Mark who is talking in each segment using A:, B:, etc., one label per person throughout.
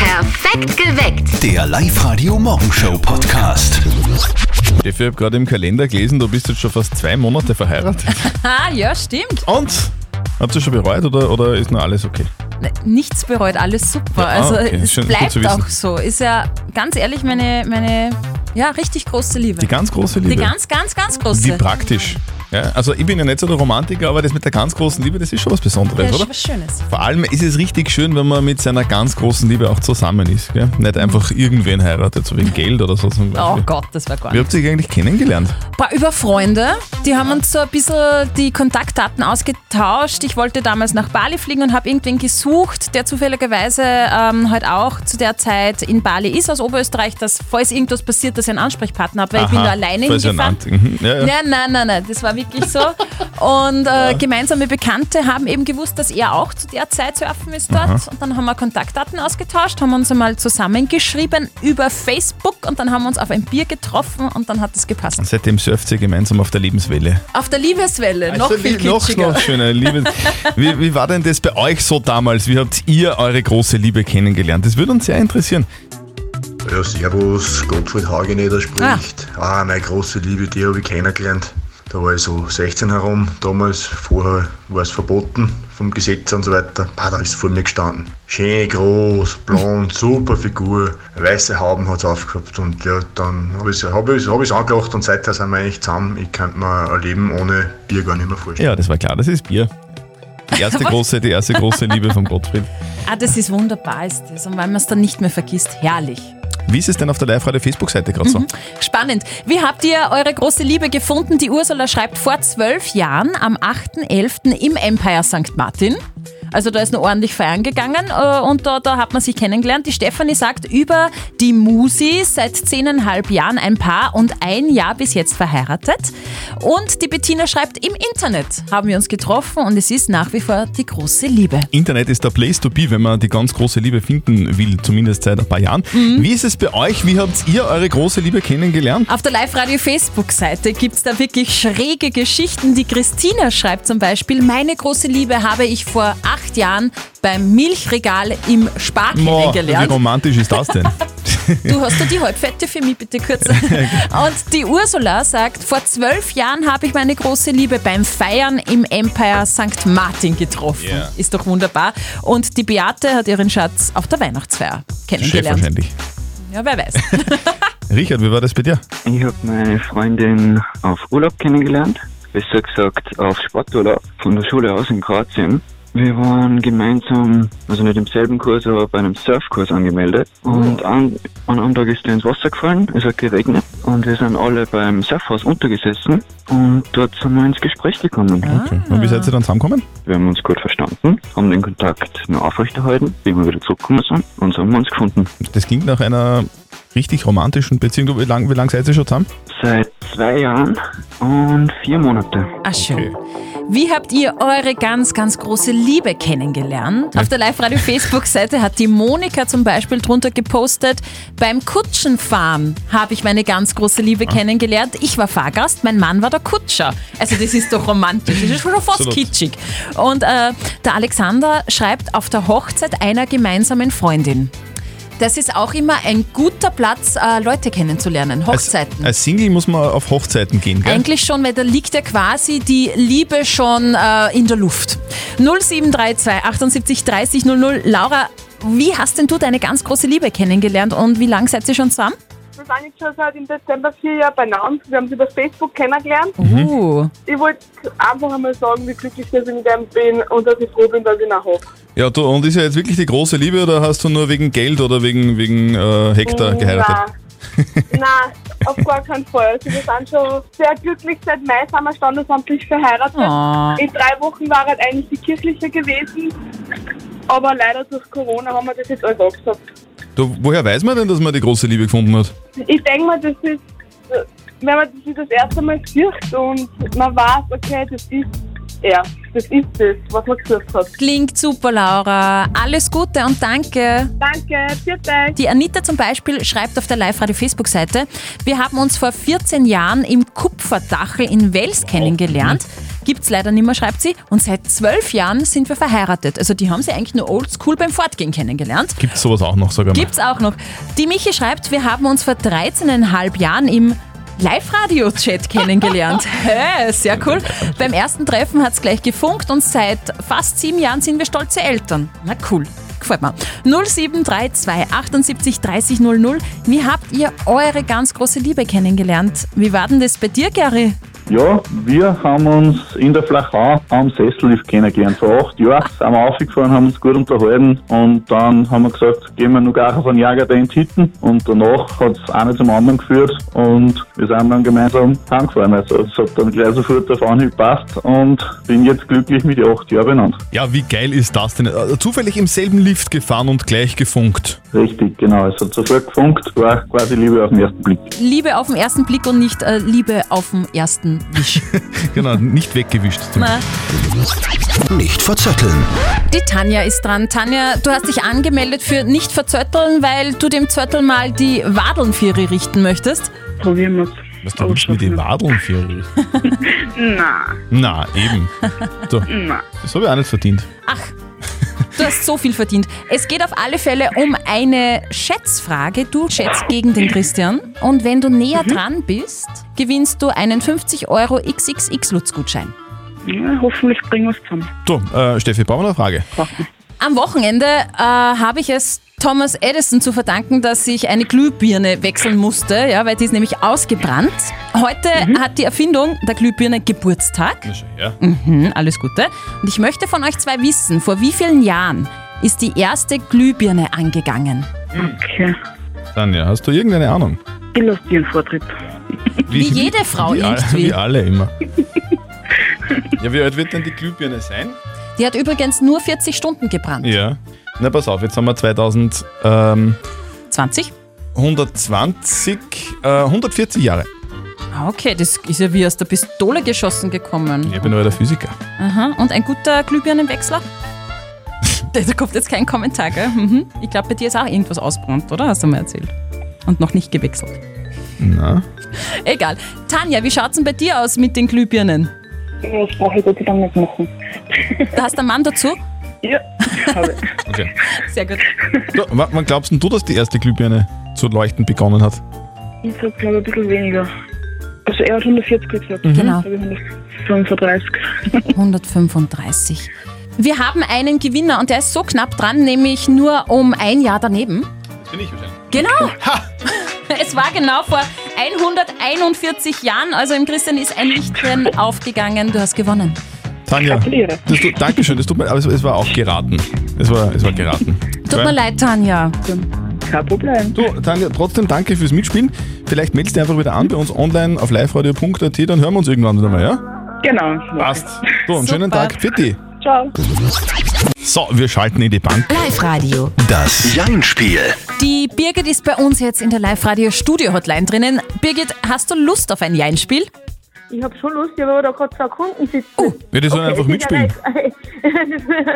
A: Perfekt geweckt.
B: Der Live-Radio Morgenshow Podcast.
C: Steffi, ich habe gerade im Kalender gelesen, du bist jetzt schon fast zwei Monate verheiratet.
D: Ah, ja, stimmt.
C: Und? Habt ihr schon bereut oder, oder ist noch alles okay?
D: Ne, Nichts bereut, alles super.
C: Ja, ah,
D: also
C: okay.
D: es
C: Schön- gut
D: bleibt
C: zu wissen.
D: auch so. Ist ja ganz ehrlich meine, meine ja, richtig große Liebe.
C: Die ganz große Liebe.
D: Die ganz, ganz, ganz
C: Wie
D: große.
C: praktisch. Ja, also ich bin ja nicht so der Romantiker, aber das mit der ganz großen Liebe, das ist schon was Besonderes,
D: Das ist
C: oder?
D: was Schönes.
C: Vor allem ist es richtig schön, wenn man mit seiner ganz großen Liebe auch zusammen ist. Gell? Nicht einfach irgendwen heiratet, so wegen Geld oder so zum
D: Oh
C: Beispiel.
D: Gott, das war gar
C: Wie
D: nicht.
C: habt ihr euch eigentlich kennengelernt?
D: Paar über Freunde, die haben uns so ein bisschen die Kontaktdaten ausgetauscht. Ich wollte damals nach Bali fliegen und habe irgendwen gesucht, der zufälligerweise ähm, halt auch zu der Zeit in Bali ist, aus Oberösterreich, dass, falls irgendwas passiert, dass ich einen Ansprechpartner habe, weil ich bin nur alleine
C: falls ihr
D: hingefahren.
C: nannt. Mhm. Ja, ja.
D: Nein, nein, nein, nein, das war wirklich so. Und äh, gemeinsame Bekannte haben eben gewusst, dass er auch zu der Zeit surfen ist dort. Und dann haben wir Kontaktdaten ausgetauscht, haben uns einmal zusammengeschrieben über Facebook und dann haben wir uns auf ein Bier getroffen und dann hat es gepasst.
C: Seitdem surft ihr gemeinsam auf der Lebenswelle.
D: Auf der Liebeswelle, Äh, noch
C: Also,
D: viel
C: li- noch,
D: kitschiger.
C: noch schöner. Liebe. Wie, wie war denn das bei euch so damals? Wie habt ihr eure große Liebe kennengelernt? Das würde uns sehr interessieren.
E: Ja, servus, Gottfried Hageneder spricht. Ah. meine große Liebe, die habe ich kennengelernt. Da war ich so 16 herum, damals, vorher war es verboten vom Gesetz und so weiter. Ah, da ist vor mir gestanden. Schön groß, blond, super Figur, weiße Hauben hat es aufgehabt und ja, dann habe ich es hab ich's- hab ich's angelacht und seither sind wir eigentlich zusammen. Ich könnte mir ein Leben ohne Bier gar nicht mehr vorstellen.
C: Ja, das war klar, das ist Bier. Die erste große, die erste große Liebe von Gottfried.
D: Ah, das ist wunderbar, ist das. Und weil man es dann nicht mehr vergisst, herrlich.
C: Wie ist es denn auf der Live-Radio-Facebook-Seite gerade
D: Mhm.
C: so?
D: Spannend. Wie habt ihr eure große Liebe gefunden? Die Ursula schreibt vor zwölf Jahren am 8.11. im Empire St. Martin. Also da ist noch ordentlich feiern gegangen äh, und da, da hat man sich kennengelernt. Die Stefanie sagt über die Musi seit zehneinhalb Jahren ein Paar und ein Jahr bis jetzt verheiratet. Und die Bettina schreibt, im Internet haben wir uns getroffen und es ist nach wie vor die große Liebe.
C: Internet ist der Place to be, wenn man die ganz große Liebe finden will, zumindest seit ein paar Jahren.
D: Mhm.
C: Wie ist es bei euch? Wie habt ihr eure große Liebe kennengelernt?
D: Auf der Live-Radio-Facebook-Seite gibt's da wirklich schräge Geschichten. Die Christina schreibt zum Beispiel, meine große Liebe habe ich vor acht Jahren beim Milchregal im Spar
C: Mo, wie
D: kennengelernt.
C: romantisch ist das denn?
D: Du hast da die Halbfette für mich bitte kurz. Und die Ursula sagt, vor zwölf Jahren habe ich meine große Liebe beim Feiern im Empire St. Martin getroffen.
C: Ja.
D: Ist doch wunderbar. Und die Beate hat ihren Schatz auf der Weihnachtsfeier
C: Chef
D: kennengelernt.
C: wahrscheinlich.
D: Ja, wer weiß.
C: Richard, wie war das bei dir?
F: Ich habe meine Freundin auf Urlaub kennengelernt, besser gesagt auf Sporturlaub von der Schule aus in Kroatien. Wir waren gemeinsam, also nicht im selben Kurs, aber bei einem Surfkurs angemeldet. Und an, an einem Tag ist er ins Wasser gefallen, es hat geregnet und wir sind alle beim Surfhaus untergesessen und dort sind wir ins Gespräch gekommen.
C: Okay.
D: Ah.
C: Und wie seid ihr dann zusammengekommen?
F: Wir haben uns gut verstanden, haben den Kontakt nur aufrechterhalten, wie wir wieder zurückgekommen sind und so haben wir uns gefunden.
C: Das klingt nach einer richtig romantischen Beziehung. Du, Wie lange wie lang seid ihr schon zusammen?
F: Seit zwei Jahren und vier Monate.
D: Ah, schön. Wie habt ihr eure ganz, ganz große Liebe kennengelernt? Auf der Live-Radio-Facebook-Seite hat die Monika zum Beispiel drunter gepostet, beim Kutschenfahren habe ich meine ganz große Liebe kennengelernt. Ich war Fahrgast, mein Mann war der Kutscher. Also das ist doch romantisch, das ist schon fast
C: Absolut.
D: kitschig. Und äh, der Alexander schreibt auf der Hochzeit einer gemeinsamen Freundin. Das ist auch immer ein guter Platz, äh, Leute kennenzulernen, Hochzeiten.
C: Als, als Single muss man auf Hochzeiten gehen, gell?
D: Eigentlich schon, weil da liegt ja quasi die Liebe schon äh, in der Luft. 0732 78 30 00. Laura, wie hast denn du deine ganz große Liebe kennengelernt und wie lange seid ihr schon zusammen?
G: Wir sind jetzt schon seit im Dezember vier Jahre beieinander. Wir haben uns über Facebook kennengelernt.
D: Uh,
G: Ich wollte einfach einmal sagen, wie glücklich dass ich mit ihm bin und dass ich froh bin, dass ich ihn auch habe.
C: Ja, du, und ist ja jetzt wirklich die große Liebe oder hast du nur wegen Geld oder wegen, wegen äh, Hektar geheiratet?
G: Nein, Nein, auf gar keinen Fall. Also wir sind schon sehr glücklich. Seit Mai sind wir standesamtlich verheiratet.
D: Oh.
G: In drei Wochen war halt eigentlich die kirchliche gewesen. Aber leider durch Corona haben wir das jetzt alles abgesagt.
C: Du, woher weiß man denn, dass man die große Liebe gefunden hat?
G: Ich denke mal, das ist, äh, wenn man das das erste Mal sieht und man weiß, okay, das ist er. Das ist das, was man gesucht hat.
D: klingt super, Laura. Alles Gute und danke.
G: Danke, viert euch.
D: Die Anita zum Beispiel schreibt auf der Live-Radio-Facebook-Seite, wir haben uns vor 14 Jahren im Kupferdachel in Wels kennengelernt. Gibt's leider nicht mehr, schreibt sie. Und seit zwölf Jahren sind wir verheiratet. Also die haben sie eigentlich nur oldschool beim Fortgehen kennengelernt.
C: Gibt's sowas auch noch sogar mal?
D: Gibt's auch noch. Die Michi schreibt, wir haben uns vor 13,5 Jahren im Live-Radio-Chat kennengelernt. Hä, Sehr cool. Beim ersten Treffen hat's gleich gefunkt und seit fast sieben Jahren sind wir stolze Eltern. Na cool. Gefällt mir. 0732 78 30 00. Wie habt ihr eure ganz große Liebe kennengelernt? Wie war denn das bei dir, Gary?
A: Ja, wir haben uns in der Flachau am Sessellift kennengelernt. Vor acht Jahren sind wir aufgefahren, haben uns gut unterhalten und dann haben wir gesagt, gehen wir noch gar auf einen Jager den Titten und danach hat es einer zum anderen geführt und wir sind dann gemeinsam heimgefahren. Also es hat dann gleich sofort auf Anhieb gepasst und bin jetzt glücklich mit den acht Jahren benannt.
C: Ja, wie geil ist das denn? Also, Zufällig im selben Lift gefahren und gleich gefunkt.
A: Richtig, genau. Es hat sofort gefunkt, war quasi Liebe auf den ersten Blick.
D: Liebe auf den ersten Blick und nicht äh, Liebe auf den ersten Wisch.
C: Genau, nicht weggewischt.
D: Na.
B: Nicht verzetteln.
D: Die Tanja ist dran. Tanja, du hast dich angemeldet für nicht verzötteln, weil du dem Zöttel mal die Wadeln für ihr richten möchtest.
G: Probieren wir's.
C: Was
D: oh,
C: du willst mit den Wadeln für?
G: Na,
C: Na, eben. So,
G: na.
C: das habe ich auch nicht verdient.
D: Ach, du hast so viel verdient. Es geht auf alle Fälle um eine Schätzfrage. Du schätzt gegen den Christian. Und wenn du näher dran bist, gewinnst du einen 50 Euro XXX-Lutz-Gutschein.
G: Ja, hoffentlich bringen wir's zusammen.
C: So, äh, Steffi, brauchen wir noch eine Frage?
D: Am Wochenende äh, habe ich es Thomas Edison zu verdanken, dass ich eine Glühbirne wechseln musste, ja, weil die ist nämlich ausgebrannt. Heute hat die Erfindung der Glühbirne Geburtstag.
C: Ja.
D: Mhm, alles Gute. Und ich möchte von euch zwei wissen, vor wie vielen Jahren ist die erste Glühbirne angegangen?
G: Okay.
C: Tanja, hast du irgendeine Ahnung?
G: Ich lasse dir einen Vortritt.
D: Wie jede Frau
C: wie, all-
D: irgendwie.
C: Wie alle immer. ja, wie alt wird denn die Glühbirne sein?
D: Die hat übrigens nur 40 Stunden gebrannt.
C: Ja. Na, pass auf, jetzt haben wir 2000, ähm,
D: 20?
C: 120, äh, 140 Jahre.
D: Ah, Okay, das ist ja wie aus der Pistole geschossen gekommen.
C: Ich bin nur der Physiker.
D: Aha. Und ein guter Glühbirnenwechsler? da kommt jetzt kein Kommentar, gell? Mhm. Ich glaube, bei dir ist auch irgendwas ausbrannt, oder? Hast du mir erzählt. Und noch nicht gewechselt.
C: Na?
D: Egal. Tanja, wie schaut's denn bei dir aus mit den Glühbirnen?
G: Das brauche ich Gott sei Dank nicht machen.
D: Da hast du einen Mann dazu?
G: Ja, habe ich.
C: Okay.
D: Sehr gut.
C: So, wa- wann glaubst denn du, dass die erste Glühbirne zu leuchten begonnen hat?
G: Ich sag, glaube ich, ein bisschen weniger. Also er hat 140 gesagt.
D: Genau.
G: Habe ich 135.
D: 135. Wir haben einen Gewinner und der ist so knapp dran, nämlich nur um ein Jahr daneben.
C: Das bin ich wahrscheinlich.
D: Genau. Es war genau vor 141 Jahren. Also im Christian ist ein Lichtchen aufgegangen. Du hast gewonnen.
C: Tanja,
G: Gratuliere.
C: das tut, Dankeschön, das tut mir, aber es, es war auch geraten. Es war, es war geraten.
D: Tut mir leid, Tanja.
G: Kein Problem.
C: Du, Tanja, trotzdem danke fürs Mitspielen. Vielleicht meldest du einfach wieder an bei uns online auf liveradio.at, dann hören wir uns irgendwann wieder mal, ja?
G: Genau.
C: Passt. So, einen schönen
D: Super.
C: Tag. Fitti.
G: Ciao.
C: So, wir schalten in die Bank.
D: Live-Radio.
B: Das Jein-Spiel.
D: Die Birgit ist bei uns jetzt in der Live-Radio-Studio-Hotline drinnen. Birgit, hast du Lust auf ein Jeinspiel?
H: Ich habe schon Lust, ich habe da gerade zwei Kunden sitzen.
C: Ja, Oh, die sollen einfach
H: ist
C: mitspielen.
H: egal.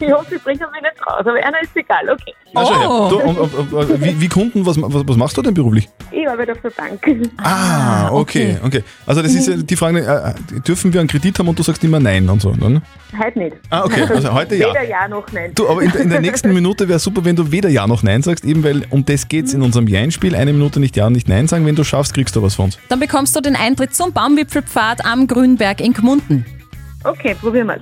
H: ich hoffe, ich bringe mich nicht raus, aber einer ist egal, okay.
C: Na, schau her.
D: Oh.
C: Du, und, und, und, wie, wie Kunden, was, was, was machst du denn beruflich?
H: Ich arbeite auf der Bank. Ja,
C: Ah, okay, okay. Also das ist ja die Frage, äh, dürfen wir einen Kredit haben und du sagst immer nein und so, ne?
H: Heute nicht.
C: Ah, okay, also heute ja.
H: Weder ja noch nein.
C: Du, aber in, der- in der nächsten Minute wäre super, wenn du weder Ja noch Nein sagst, eben weil um das geht's in unserem Jein-Spiel. Eine Minute nicht Ja und nicht Nein sagen. Wenn du schaffst, kriegst du was von uns.
D: Dann bekommst du den Eintritt zum Baumwipfelpfad am Grünberg in Gmunden.
H: Okay, probieren wir's.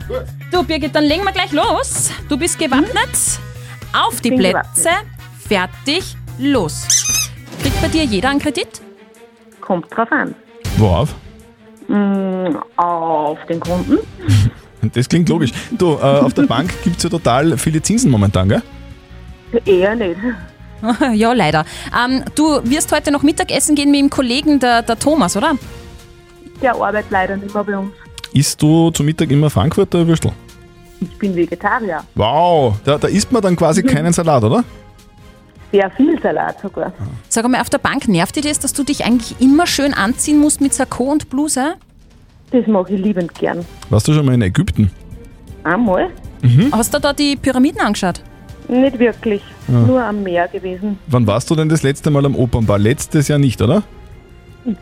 D: Du, Birgit, dann legen wir gleich los. Du bist gewappnet. Auf die
H: bin
D: Plätze. Fertig. Los. Kriegt bei dir jeder einen Kredit?
H: Kommt drauf an.
C: Worauf?
H: Mm, Auf den Kunden.
C: Das klingt logisch. Du, äh, auf der Bank gibt's ja total viele Zinsen momentan, gell?
H: Eher nicht.
D: ja, leider. Ähm, du wirst heute noch Mittagessen gehen mit dem Kollegen, der, der Thomas, oder?
H: Der arbeitet leider nicht mehr bei uns.
C: Isst du zum Mittag immer Frankfurter Würstel?
H: Ich bin Vegetarier.
C: Wow, da, da isst man dann
D: Mhm.
C: quasi keinen Salat, oder?
H: Sehr viel Salat sogar.
D: Sag mal, auf der Bank nervt dir das, dass du dich eigentlich immer schön anziehen musst mit Sakko und Bluse?
H: Das mache ich liebend gern.
C: Warst du schon mal in Ägypten?
H: Einmal?
D: Hast du da die Pyramiden angeschaut?
H: Nicht wirklich. Nur am Meer gewesen.
C: Wann warst du denn das letzte Mal am Opernball? Letztes Jahr nicht, oder?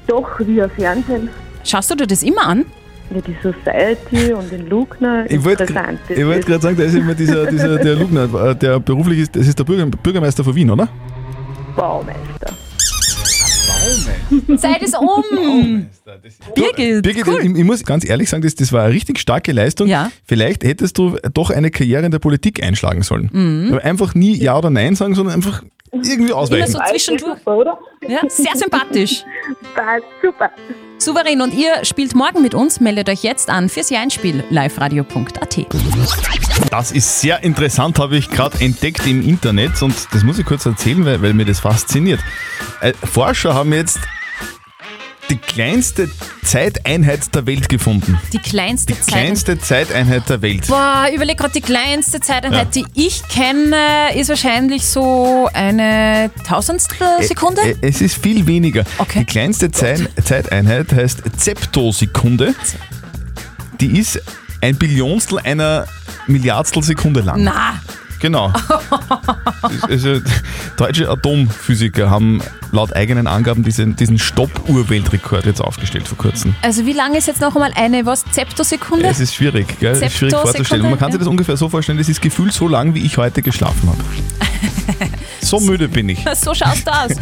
H: Doch, via Fernsehen.
D: Schaust du dir das immer an?
H: Ja, die Society und den Lugner.
C: Ich wollte gr-
H: interessant.
C: ich wollte gerade sagen, da ist immer dieser, dieser der Lugner, äh, der beruflich ist, das ist der Bürger, Bürgermeister von Wien, oder?
H: Baumeister.
D: Zeit ist um. Birgit,
C: Birgit,
D: cool.
C: ich, ich muss ganz ehrlich sagen, das, das war eine richtig starke Leistung.
D: Ja.
C: Vielleicht hättest du doch eine Karriere in der Politik einschlagen sollen. Aber Einfach nie Ja oder Nein sagen, sondern einfach irgendwie
D: Mhm. Immer
C: ausweichen.
D: so zwischendurch.
G: Super, oder?
D: Ja, sehr sympathisch.
H: Passt, super.
D: Souverän. Und ihr spielt morgen mit uns. Meldet euch jetzt an fürs Jeinspiel. liveradio.at.
C: Das ist sehr interessant, habe ich gerade entdeckt im Internet und das muss ich kurz erzählen, weil, weil mir das fasziniert. Äh, Forscher haben jetzt die kleinste Zeiteinheit der Welt gefunden.
D: Die kleinste
C: Die
D: Zeit.
C: kleinste Zeiteinheit der Welt.
D: Boah, ich überleg gerade, die kleinste Zeiteinheit,
C: Ja.
D: die ich kenne, ist wahrscheinlich so eine Tausendstel Sekunde.
C: Ä- ä- Äh, Es ist viel weniger.
D: Okay.
C: Die kleinste Zei- Zeiteinheit heißt Zeptosekunde. Die ist ein Billionstel einer Milliardstel Sekunde lang.
D: Na,
C: Genau. Das ist- also, deutsche Atomphysiker haben laut eigenen Angaben diesen, diesen Stopp-Urweltrekord jetzt aufgestellt vor kurzem.
D: also wie lange ist jetzt noch einmal eine, was, Zeptosekunde?
C: Es ist schwierig, gell? Es ist schwierig
D: Zeptosekunde,
C: vorzustellen. Man kann sich
D: ja.
C: das ungefähr so vorstellen, das ist gefühlt so lang, wie ich heute geschlafen habe. So müde bin ich.
D: so schaust du aus.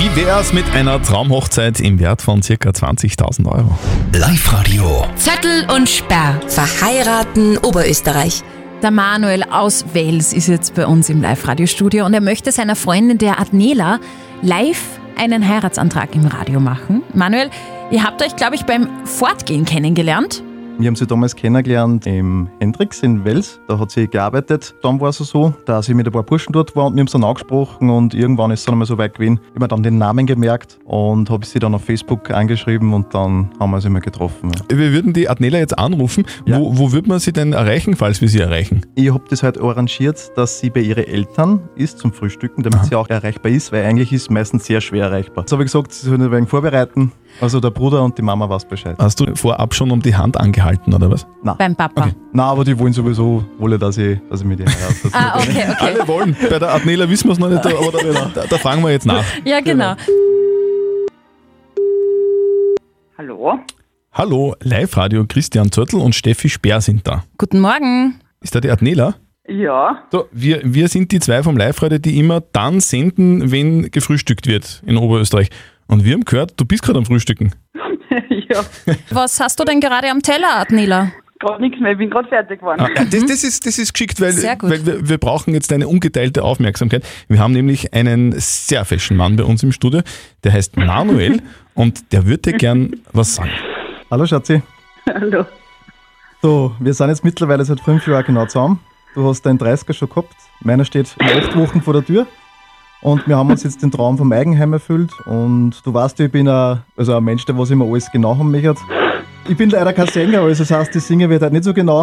C: Wie wär's mit einer Traumhochzeit im Wert von circa 20.000 Euro?
B: Live-Radio.
I: Zettel und Sperr. Verheiraten Oberösterreich.
D: Der Manuel aus Wels ist jetzt bei uns im Live-Radio-Studio und er möchte seiner Freundin, der Adnela, live einen Heiratsantrag im Radio machen. Manuel, ihr habt euch, glaube ich, beim Fortgehen kennengelernt.
J: Wir haben sie damals kennengelernt im Hendrix in Wels. Da hat sie gearbeitet. Dann war es so, dass ich mit ein paar Burschen dort war und wir haben sie dann angesprochen und irgendwann ist es dann einmal so weit gewesen. Ich habe mir dann den Namen gemerkt und habe sie dann auf Facebook angeschrieben und dann haben wir sie mal getroffen. ja.
C: Wir würden die Adnela jetzt anrufen.
J: Ja.
C: Wo, wo wird man sie denn erreichen, falls wir sie erreichen?
J: Ich habe das halt arrangiert, dass sie bei ihren Eltern ist zum Frühstücken, damit sie auch erreichbar ist, weil eigentlich ist sie meistens sehr schwer erreichbar. Jetzt habe ich gesagt, sie sollen ein wenig vorbereiten. Also der Bruder und die Mama weiß Bescheid.
C: Hast du vorab schon um die Hand angehalten, oder was?
D: Beim Papa.
J: Na, aber die wollen sowieso, wolle, dass ich, dass ich mit ihr heirate.
D: Ah, okay, okay.
C: Alle wollen. Bei der Adnela wissen wir es noch nicht, aber da, da, da fragen wir jetzt nach.
D: Ja, genau.
H: Hallo?
C: Hallo, Live-Radio Christian Zörtl und Steffi Speer sind da.
D: Guten Morgen.
C: Ist da die Adnela?
H: Ja,
C: So, wir, wir sind die zwei vom Live-Radio, die immer dann senden, wenn gefrühstückt wird in Oberösterreich. Und wir haben gehört, du bist gerade am Frühstücken.
H: ja.
D: Was hast du denn gerade am Teller, Adnela?
H: Gerade nichts mehr, ich bin gerade fertig geworden.
C: Ah, das, das, ist, das ist geschickt, weil,
D: Sehr gut.
C: weil wir, wir brauchen jetzt eine ungeteilte Aufmerksamkeit. Wir haben nämlich einen sehr fashion Mann bei uns im Studio, der heißt Manuel und der würde gern was sagen.
J: Hallo Schatzi.
H: Hallo.
J: So, wir sind jetzt mittlerweile seit fünf Jahren genau zusammen. Du hast deinen 30er schon gehabt. Meiner steht in acht Wochen vor der Tür. Und wir haben uns jetzt den Traum vom Eigenheim erfüllt. Und du weißt, ja, ich bin ein, also ein Mensch, der was immer alles genau haben möchte. Ich bin leider kein Sänger, also das heißt, ich singe wird halt nicht so genau.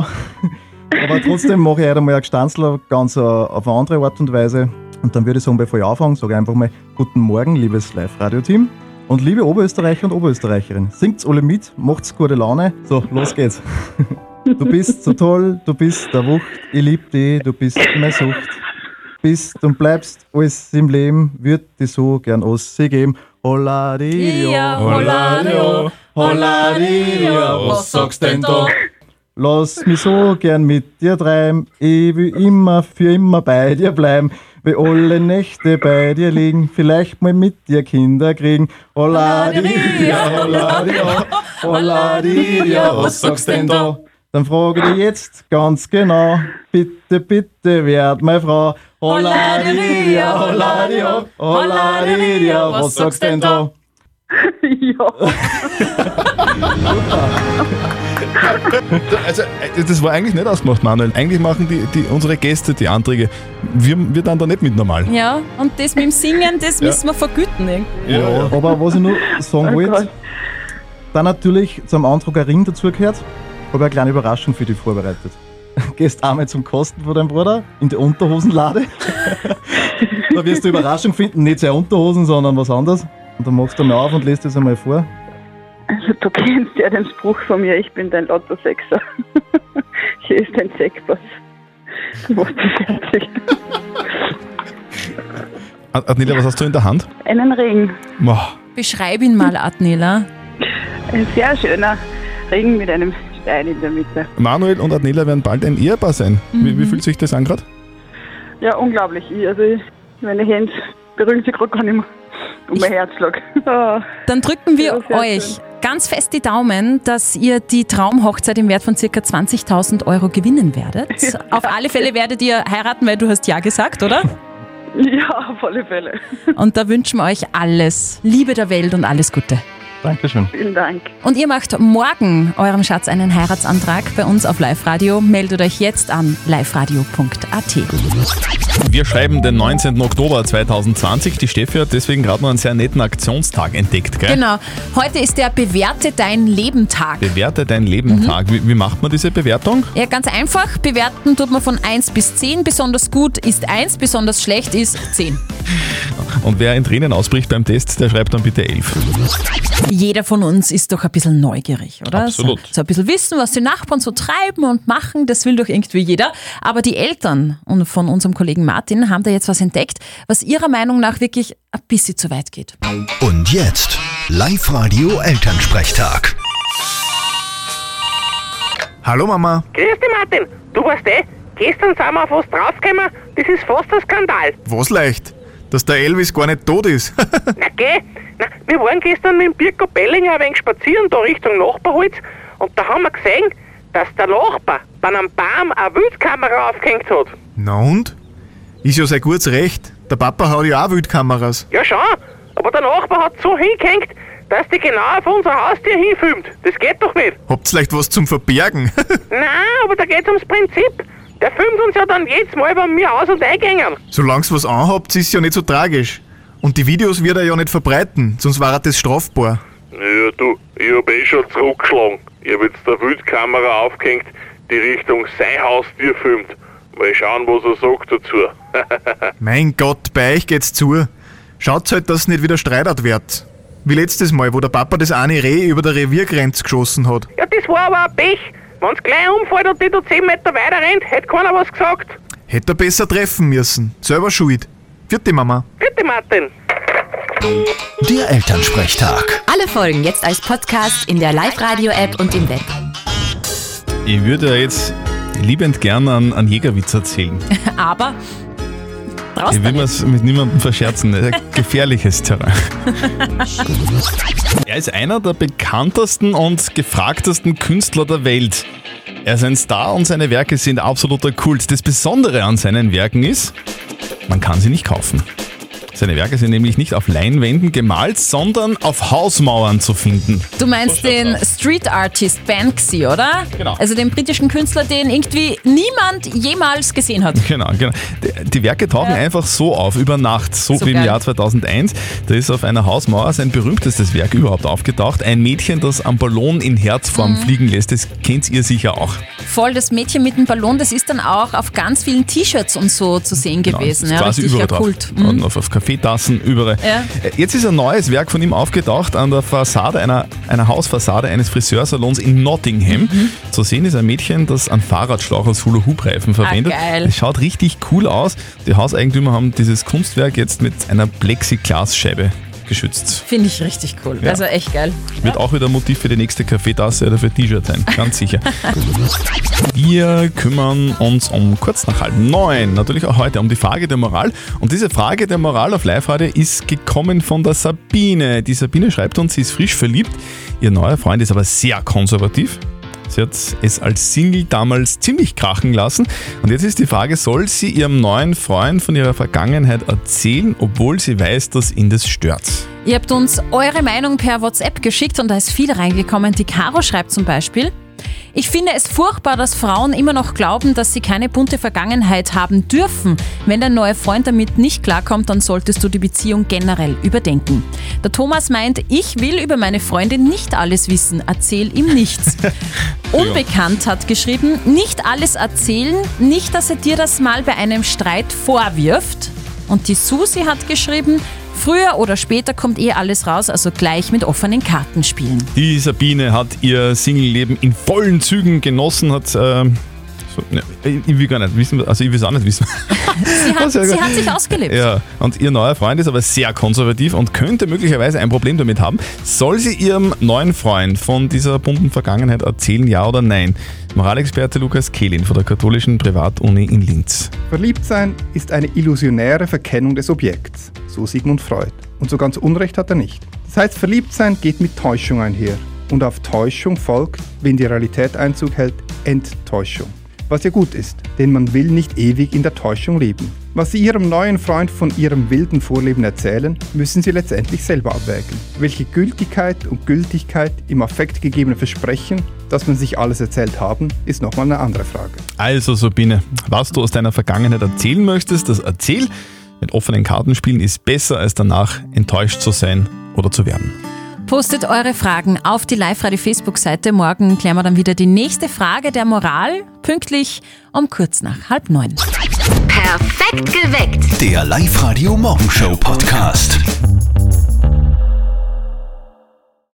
J: Aber trotzdem mache ich heute mal einen Gestanzler ganz äh, auf eine andere Art und Weise. Und dann würde ich sagen, bevor ich anfange, sage ich einfach mal Guten Morgen, liebes Live-Radio-Team. Und liebe Oberösterreicher und Oberösterreicherin, singt's alle mit, macht's gute Laune. So, los geht's. Du bist so toll, du bist der Wucht, ich lieb dich, du bist meine Sucht. Bist und bleibst alles im Leben, würd dich so gern Ossi geben. Hola Rio,
D: Ja, hola Rio,
J: hola Rio, was sagst denn da? Lass mich so gern mit dir treiben, ich will immer für immer bei dir bleiben. Will alle Nächte bei dir liegen, vielleicht mal mit dir Kinder kriegen. Hola Rio, hola Rio, hola Rio, was sagst denn da? Dann frage ich dich jetzt ganz genau, bitte, bitte werd meine Frau. Hola Rio, hola Rio, hola Rio, was sagst denn da?
C: Also, äh, das war eigentlich nicht ausgemacht, Manuel. Eigentlich machen die, die, unsere Gäste die Anträge. Wir, wir dann da nicht mit normal.
D: Ja, und das mit dem Singen, das
C: Ja.
D: müssen wir vergüten. ne? irgendwie.
C: Ja.
J: Aber was ich nur sagen wollte, dann natürlich zum Antrag ein Ring dazugehört. Habe eine kleine Überraschung für dich vorbereitet. Gehst einmal zum Kosten von deinem Bruder in die Unterhosenlade. da wirst du Überraschung finden, nicht seine Unterhosen, sondern was anderes. Und dann machst du mal auf und lest das einmal vor.
G: Also, du kennst ja den Spruch von mir, ich bin dein lauter Sechser. Hier ist dein Sektpass. Du warst fertig.
C: Ad- Adnila, was hast du in der Hand?
G: Einen Ring.
C: Boah.
D: Beschreib ihn mal, Adnela.
H: Ein sehr schöner Ring mit einem Stein in der Mitte.
C: Manuel und Adnela werden bald ein Ehepaar sein. Wie, wie fühlt sich das an gerade?
H: Ja, unglaublich. Ich, also ich, meine Hände berühren sich gerade gar nicht mehr. Und mein Herzschlag. Ah,
D: Dann drücken wir
H: Ja, sehr
D: euch ganz fest die Daumen, dass ihr die Traumhochzeit im Wert von ca. 20.000 Euro gewinnen werdet. Auf alle Fälle werdet ihr heiraten, weil du hast Ja gesagt, oder?
H: ja, auf alle Fälle.
D: Und da wünschen wir euch alles. Liebe der Welt und alles Gute.
J: Dankeschön.
H: Vielen Dank.
D: Und ihr macht morgen eurem Schatz einen Heiratsantrag bei uns auf Live-Radio. Meldet euch jetzt an liveradio.at.
C: Wir schreiben den 19. Oktober 2020. Die Steffi hat deswegen gerade noch einen sehr netten Aktionstag entdeckt, gell?
D: Genau, heute ist der Bewerte dein Leben-Tag.
C: Bewerte dein Leben Tag. Wie, wie macht man diese Bewertung?
D: Ja, ganz einfach. Bewerten tut man von 1 bis 10. Besonders gut ist 1, besonders schlecht ist 10.
C: Und wer in Tränen ausbricht beim Test, der schreibt dann bitte 11.
D: Jeder von uns ist doch ein bisschen neugierig, oder?
C: Absolut.
D: So, so ein bisschen wissen, was die Nachbarn so treiben und machen, das will doch irgendwie jeder. Aber die Eltern und von unserem Kollegen Martin haben da jetzt was entdeckt, was ihrer Meinung nach wirklich ein bisschen zu weit geht.
B: Und jetzt Live-Radio Elternsprechtag.
J: Hallo Mama.
G: Grüß dich, Martin. Du weißt eh, gestern sind wir auf was draufgekommen, das ist fast ein Skandal.
J: Was leicht? Dass der Elvis gar nicht tot ist.
G: Na geh, na, wir waren gestern mit dem Birko Bellinger ein wenig spazieren, da Richtung Nachbarholz, und da haben wir gesehen, dass der Nachbar bei einem Baum eine Wildkamera aufgehängt hat.
J: Na und? Ist ja sein gutes Recht. Der Papa hat ja auch Wildkameras.
G: Ja schon, aber der Nachbar hat so hingehängt, dass die genau auf unser Haustier hinfilmt. Das geht doch nicht.
J: Habt's vielleicht was zum Verbergen?
G: Nein, aber da geht's ums Prinzip. Der filmt uns ja dann jedes Mal bei mir aus- und eingängen.
J: Solang's was anhabt, ist ja nicht so tragisch. Und die Videos wird er ja nicht verbreiten, sonst war er das strafbar.
E: Ja, du, ich hab eh schon zurückgeschlagen. Ich hab jetzt der Wildkamera aufgehängt, die Richtung sein Haustier filmt. Mal schauen, was er sagt dazu.
J: Mein Gott, bei euch geht's zu. Schaut halt, dass nicht wieder streitert wird. Wie letztes Mal, wo der Papa das eine Reh über der Reviergrenze geschossen hat.
G: Ja, das war aber ein Pech. Wenn's gleich umfällt und die da 10 Meter weiter rennt, hätte keiner was gesagt.
J: Hätte er besser treffen müssen. Selber schuld. Vierte Mama.
G: Bitte, Martin.
B: Der Elternsprechtag.
I: Alle Folgen jetzt als Podcast in der Live-Radio-App und im Web.
C: Ich würde ja jetzt liebend gern an, an Jägerwitz erzählen.
D: Aber brauchst
C: Ich
D: du
C: will
D: nicht.
C: mir's mit niemandem verscherzen. Das ist ein gefährliches Terrain. er ist einer der bekanntesten und gefragtesten Künstler der Welt. Er ist ein Star und seine Werke sind absoluter Kult. Das Besondere an seinen Werken ist, man kann sie nicht kaufen. Seine Werke sind nämlich nicht auf Leinwänden gemalt, sondern auf Hausmauern zu finden.
D: Du meinst den Street Artist Banksy, oder?
C: Genau.
D: Also den britischen Künstler, den irgendwie niemand jemals gesehen hat.
C: Genau, genau. Die, die Werke tauchen einfach so auf, über Nacht, so,
D: So
C: wie im
D: geil.
C: Jahr 2001. Da ist auf einer Hausmauer sein berühmtestes Werk überhaupt aufgetaucht. Ein Mädchen, das am Ballon in Herzform fliegen lässt. Das kennt ihr sicher auch.
D: Voll das Mädchen mit dem Ballon, das ist dann auch auf ganz vielen T-Shirts und so zu sehen
C: Genau,
D: gewesen.
C: ist
D: Ja,
C: quasi
D: richtiger
C: überall drauf.
D: Kult. Mhm.
C: Und auf, auf Kaffeetassen, überall.
D: Ja.
C: Äh, Jetzt ist ein neues Werk von ihm aufgetaucht an der Fassade einer, einer Hausfassade eines Friseursalons in Nottingham. Zu sehen ist ein Mädchen, das einen Fahrradschlauch als Hula-Hoop-Reifen verwendet.
D: geil.
C: Es schaut richtig cool aus. Die Hauseigentümer haben dieses Kunstwerk jetzt mit einer Plexiglasscheibe geschützt.
D: Finde ich richtig cool.
C: Ja.
D: Also echt geil.
C: Wird auch wieder ein Motiv für die nächste Kaffeetasse oder für T-Shirt sein, ganz sicher. Wir kümmern uns um kurz nach halb neun, natürlich auch heute um die Frage der Moral. Und diese Frage der Moral auf Live-Radio ist gekommen von der Sabine. Die Sabine schreibt uns, sie ist frisch verliebt. Ihr neuer Freund ist aber sehr konservativ. Sie hat es als Single damals ziemlich krachen lassen. Und jetzt ist die Frage, soll sie ihrem neuen Freund von ihrer Vergangenheit erzählen, obwohl sie weiß, dass ihn das stört?
D: Ihr habt uns eure Meinung per WhatsApp geschickt und da ist viel reingekommen. Die Caro schreibt zum Beispiel, ich finde es furchtbar, dass Frauen immer noch glauben, dass sie keine bunte Vergangenheit haben dürfen. Wenn dein neuer Freund damit nicht klarkommt, dann solltest du die Beziehung generell überdenken. Der Thomas meint, ich will über meine Freundin nicht alles wissen, erzähl ihm nichts. Unbekannt hat geschrieben, nicht alles erzählen, nicht, dass er dir das mal bei einem Streit vorwirft. Und die Susi hat geschrieben, früher oder später kommt eh alles raus, also gleich mit offenen Karten spielen.
C: Die Sabine hat ihr Single-Leben in vollen Zügen genossen, hat äh, So, ne, ich, ich will gar nicht wissen, also ich will es auch nicht wissen.
D: Sie hat, sie hat sich ausgelebt.
C: Ja, und ihr neuer Freund ist aber sehr konservativ und könnte möglicherweise ein Problem damit haben. Soll sie ihrem neuen Freund von dieser bunten Vergangenheit erzählen, ja oder nein? Moralexperte Lukas Kehlin von der katholischen Privatuni in Linz.
J: Verliebtsein ist eine illusionäre Verkennung des Objekts, so Sigmund Freud. Und so ganz Unrecht hat er nicht. Das heißt, Verliebtsein geht mit Täuschung einher. Und auf Täuschung folgt, wenn die Realität Einzug hält, Enttäuschung. Was ja gut ist, denn man will nicht ewig in der Täuschung leben. Was Sie Ihrem neuen Freund von Ihrem wilden Vorleben erzählen, müssen Sie letztendlich selber abwägen. Welche Gültigkeit und Gültigkeit im Affekt gegebene Versprechen, dass man sich alles erzählt haben, ist nochmal eine andere Frage.
C: Also Sabine, was du aus deiner Vergangenheit erzählen möchtest, das erzähl. Mit offenen Karten spielen ist besser, als danach enttäuscht zu sein oder zu werden.
D: Postet eure Fragen auf die Live-Radio-Facebook-Seite. Morgen klären wir dann wieder die nächste Frage der Moral, pünktlich um kurz nach halb neun.
B: Der Live-Radio Morgenshow Podcast.